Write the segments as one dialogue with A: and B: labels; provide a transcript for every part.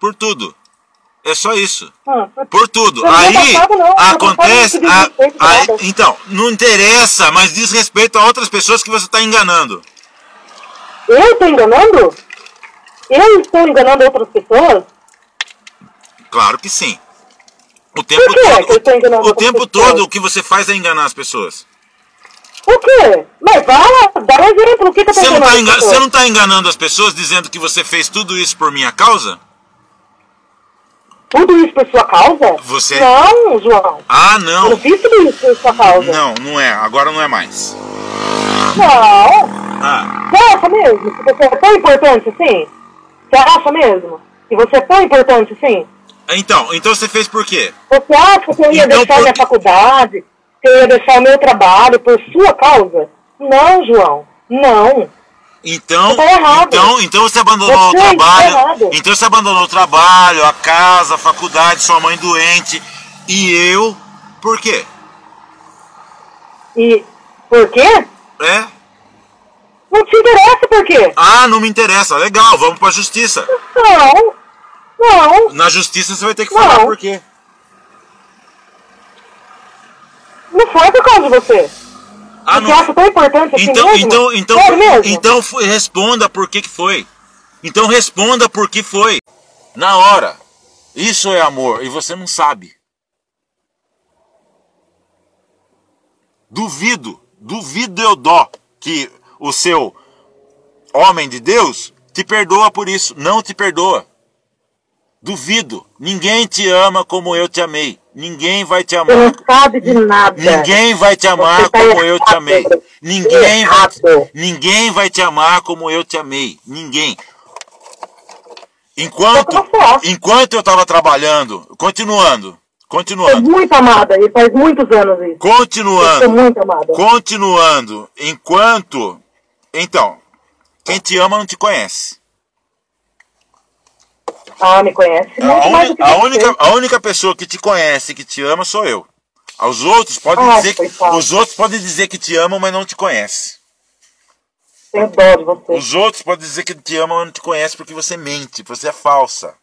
A: por tudo. É só isso.
B: Ah,
A: Por tudo.
B: Não,
A: Aí
B: não é passado, não. Não
A: acontece.
B: tá falando que diz respeito
A: a- a-
B: nada.
A: então, não interessa, mas diz respeito a outras pessoas que você está enganando.
B: Eu estou enganando? Eu estou enganando outras pessoas?
A: Claro que sim. O tempo
B: que é que eu tô enganando
A: todo. O
B: outras
A: tempo
B: pessoas?
A: todo o que você faz é enganar as pessoas.
B: O quê? Mas fala, dá um exemplo. O que, que eu tô
A: Você não,
B: enganando?
A: está
B: as pessoas?
A: enganando as pessoas dizendo que você fez tudo isso por minha causa?
B: Tudo isso por sua causa?
A: Você-
B: Não, João.
A: Ah,
B: Eu não
A: não.
B: fiz tudo isso por sua causa.
A: Não, não é. Agora não é mais.
B: Não.
A: Ah,
B: Você acha mesmo que você é tão importante assim? Você acha mesmo que você é tão importante assim?
A: então, então você fez por quê?
B: Você acha que eu ia
A: Então,
B: deixar
A: por
B: minha
A: quê?
B: faculdade? Que eu ia deixar o meu trabalho por sua causa? Não, João. Não.
A: Então,
B: Eu tô errado.
A: então, então você abandonou
B: Você
A: o
B: está
A: trabalho.
B: errado.
A: Então você abandonou o trabalho, a casa, a faculdade, sua mãe doente. E eu, por quê?
B: E por quê?
A: É?
B: Não te interessa por quê?
A: Ah, não me interessa. Legal, vamos pra justiça.
B: Não. Não.
A: Na justiça você vai ter que falar
B: Não.
A: por quê.
B: Não foi por causa de você.
A: Ah,
B: você acha tão importante assim
A: Então,
B: mesmo?
A: então, então,
B: Sério mesmo?
A: então fu- responda por que que foi. Então responda por que foi. Na hora. Isso é amor e você não sabe. Duvido, duvido eu dó que o seu homem de Deus te perdoa por isso. Não te perdoa. Duvido. Ninguém te ama como eu te amei. Ninguém vai te
B: Você
A: amar
B: não sabe de nada.
A: Ninguém vai te amar
B: Você tá
A: como
B: errado. tá é
A: eu te amei. Ninguém é vai,
B: Errado.
A: ninguém vai te amar como eu te amei. Ninguém.
B: É
A: Enquanto,
B: o que eu faço.
A: enquanto eu estava trabalhando, continuando,
B: Eu sou
A: continuando,
B: é muito amada e faz muitos anos isso. Eu sou
A: continuando,
B: muito amada.
A: continuando, enquanto. Então, quem te ama não te conhece.
B: Ah, me conhece muito
A: A,
B: mais do
A: uni-
B: que
A: a
B: você.
A: única, a única pessoa que te conhece, que te ama, sou eu. Os outros podem
B: Ah,
A: dizer, que-
B: coitado.
A: os outros podem dizer que te amam, mas não te conhecem.
B: Tenho dó de você.
A: Os outros podem dizer que te amam, mas não te conhecem porque você mente, você é falsa.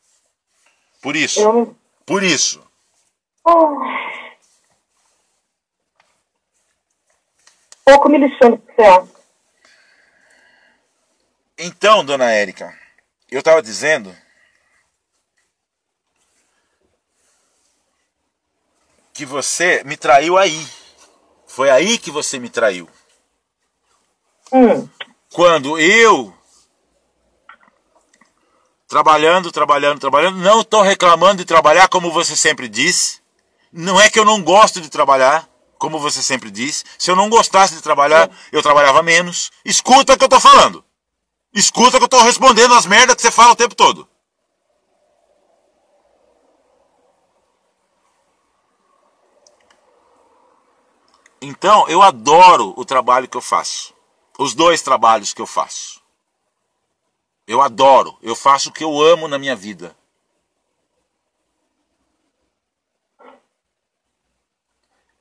A: Por isso,
B: Eu não...
A: por isso.
B: Ah. Pouco me lixando é. pro céu.
A: Então, dona Érica, eu tava dizendo que você me traiu aí. Foi aí que você me traiu.
B: Hum,
A: Quando eu trabalhando, trabalhando, trabalhando, não tô reclamando de trabalhar como você sempre diz. Não é que eu não gosto de trabalhar, como você sempre diz. Se eu não gostasse de trabalhar, eu trabalhava menos. Escuta o que eu tô falando. Escuta que eu tô respondendo as merdas que você fala o tempo todo. Então, eu adoro o trabalho que eu faço. Os dois trabalhos que eu faço. Eu adoro. Eu faço o que eu amo na minha vida.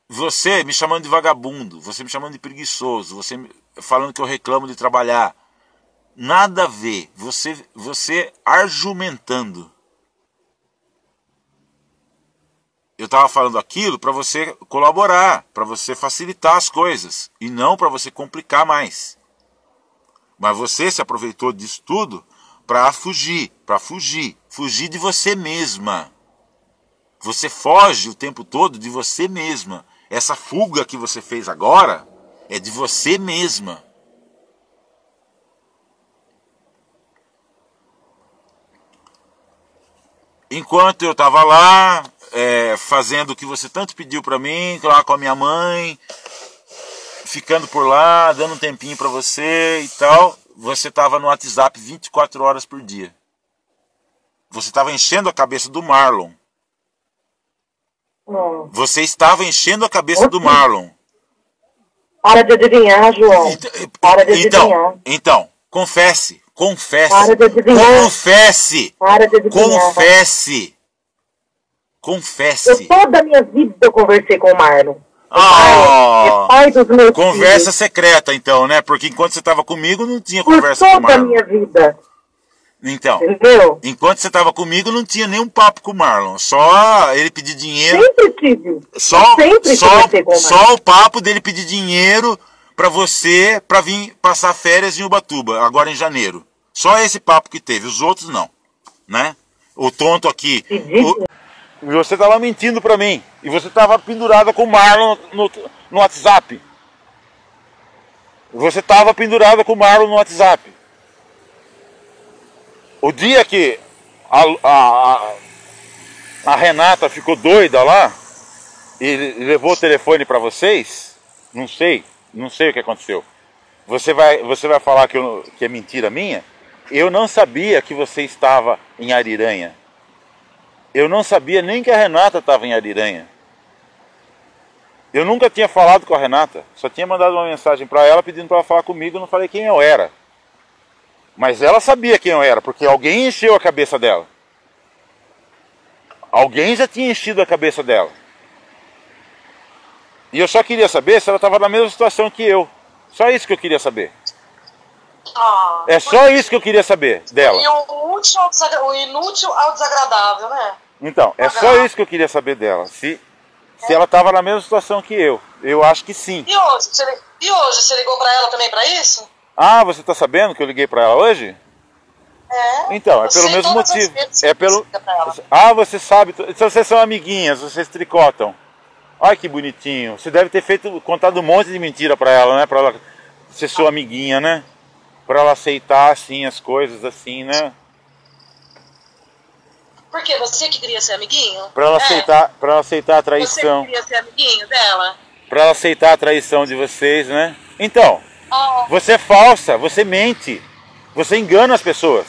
A: Você me chamando de vagabundo, você me chamando de preguiçoso, você me- falando que eu reclamo de trabalhar. Nada a ver. Você, você argumentando. Eu estava falando aquilo para você colaborar, para você facilitar as coisas e não para você complicar mais. Mas você se aproveitou disso tudo para fugir, para fugir, fugir de você mesma. Você foge o tempo todo de você mesma. Essa fuga que você fez agora é de você mesma. Enquanto eu estava lá, é, fazendo o que você tanto pediu para mim, lá com a minha mãe, ficando por lá, dando um tempinho para você e tal, você tava no WhatsApp 24 horas por dia. Você tava enchendo a cabeça do Marlon.
B: hum.
A: Você estava enchendo a cabeça do Marlon.
B: Para de adivinhar, João.
A: Ent-
B: Então, Para de adivinhar.
A: Então, então, confesse, confesse,
B: Para de adivinhar.
A: confesse,
B: Para de adivinhar.
A: confesse,
B: Eu
A: confesse.
B: toda a minha vida eu conversei com o Marlon.
A: Ah,
B: É pai dos meus
A: conversa
B: filhos.
A: secreta então, né? Porque enquanto você tava comigo não tinha
B: Por
A: conversa com o
B: toda a
A: Marlon.
B: minha vida.
A: Então,
B: Entendeu?
A: enquanto você estava comigo, não tinha nenhum papo com o Marlon. Só ele pedir dinheiro.
B: Sempre tive.
A: Só,
B: sempre
A: só,
B: conversei com o Marlon.
A: só o papo dele pedir dinheiro pra você pra vir passar férias em Ubatuba, agora em janeiro. Só esse papo que teve, os outros não. Né? O tonto aqui.
B: Ridículo.
A: o- Você tava mentindo pra mim. E você tava pendurada com o Marlon no, no WhatsApp. Você tava pendurada com o Marlon no WhatsApp. O dia que a, a- a- a Renata ficou doida lá e levou o telefone pra vocês, não sei, não sei o que aconteceu. Você vai, você vai falar que, eu- que é mentira minha? Eu não sabia que você estava em Ariranha. Eu não sabia nem que a Renata estava em Ariranha. Eu nunca tinha falado com a Renata, só tinha mandado uma mensagem pra ela pedindo pra ela falar comigo, eu não falei quem eu era. Mas ela sabia quem eu era, porque alguém encheu a cabeça dela. Alguém já tinha enchido a cabeça dela. E eu só queria saber se ela estava na mesma situação que eu. Só isso que eu queria saber.
C: Ah,
A: É só isso que eu queria saber dela.
C: E o, útil ao desagra- o inútil ao desagradável, né?
A: Então, é só isso que eu queria saber dela. Se, se ela estava na mesma situação que eu. Eu acho que sim.
C: E hoje? Você, li- e hoje? Você ligou pra ela também pra isso?
A: Ah, você tá sabendo que eu liguei pra ela hoje?
C: É.
A: Então, é
C: Eu
A: pelo
C: sei
A: mesmo
C: todas as
A: motivo.
C: vezes que
A: É pelo.
C: você liga pra ela.
A: Ah, você sabe. t- Então vocês são amiguinhas, vocês tricotam. Olha que bonitinho. Você deve ter feito, contado um monte de mentira pra ela, né? Pra ela ser sua amiguinha, né? Pra ela aceitar assim as coisas, assim, né?
C: Por quê? Você que queria ser amiguinho?
A: Pra ela
C: É.
A: aceitar, para ela aceitar a
C: Você que
A: traição,
C: queria ser amiguinho dela?
A: Pra ela aceitar a traição de vocês, né? Então,
C: Ah,
A: Você é falsa, você mente. Você engana as pessoas.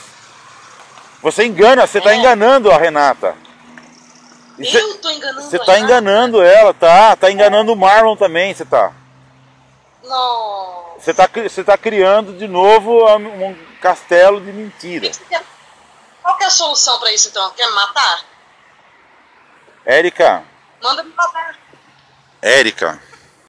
A: Você engana, você tá
C: É. um
A: enganando a Renata. E cê-
C: eu tô enganando
A: Você tá
C: ela?
A: enganando ela, tá? Tá enganando o Marlon também, você tá.
C: Não.
A: Você tá, cri- você tá criando de novo a- um castelo de mentira.
C: Qual que é a solução pra isso então? Quer me matar?
A: Érica.
C: Manda me matar.
A: Érica.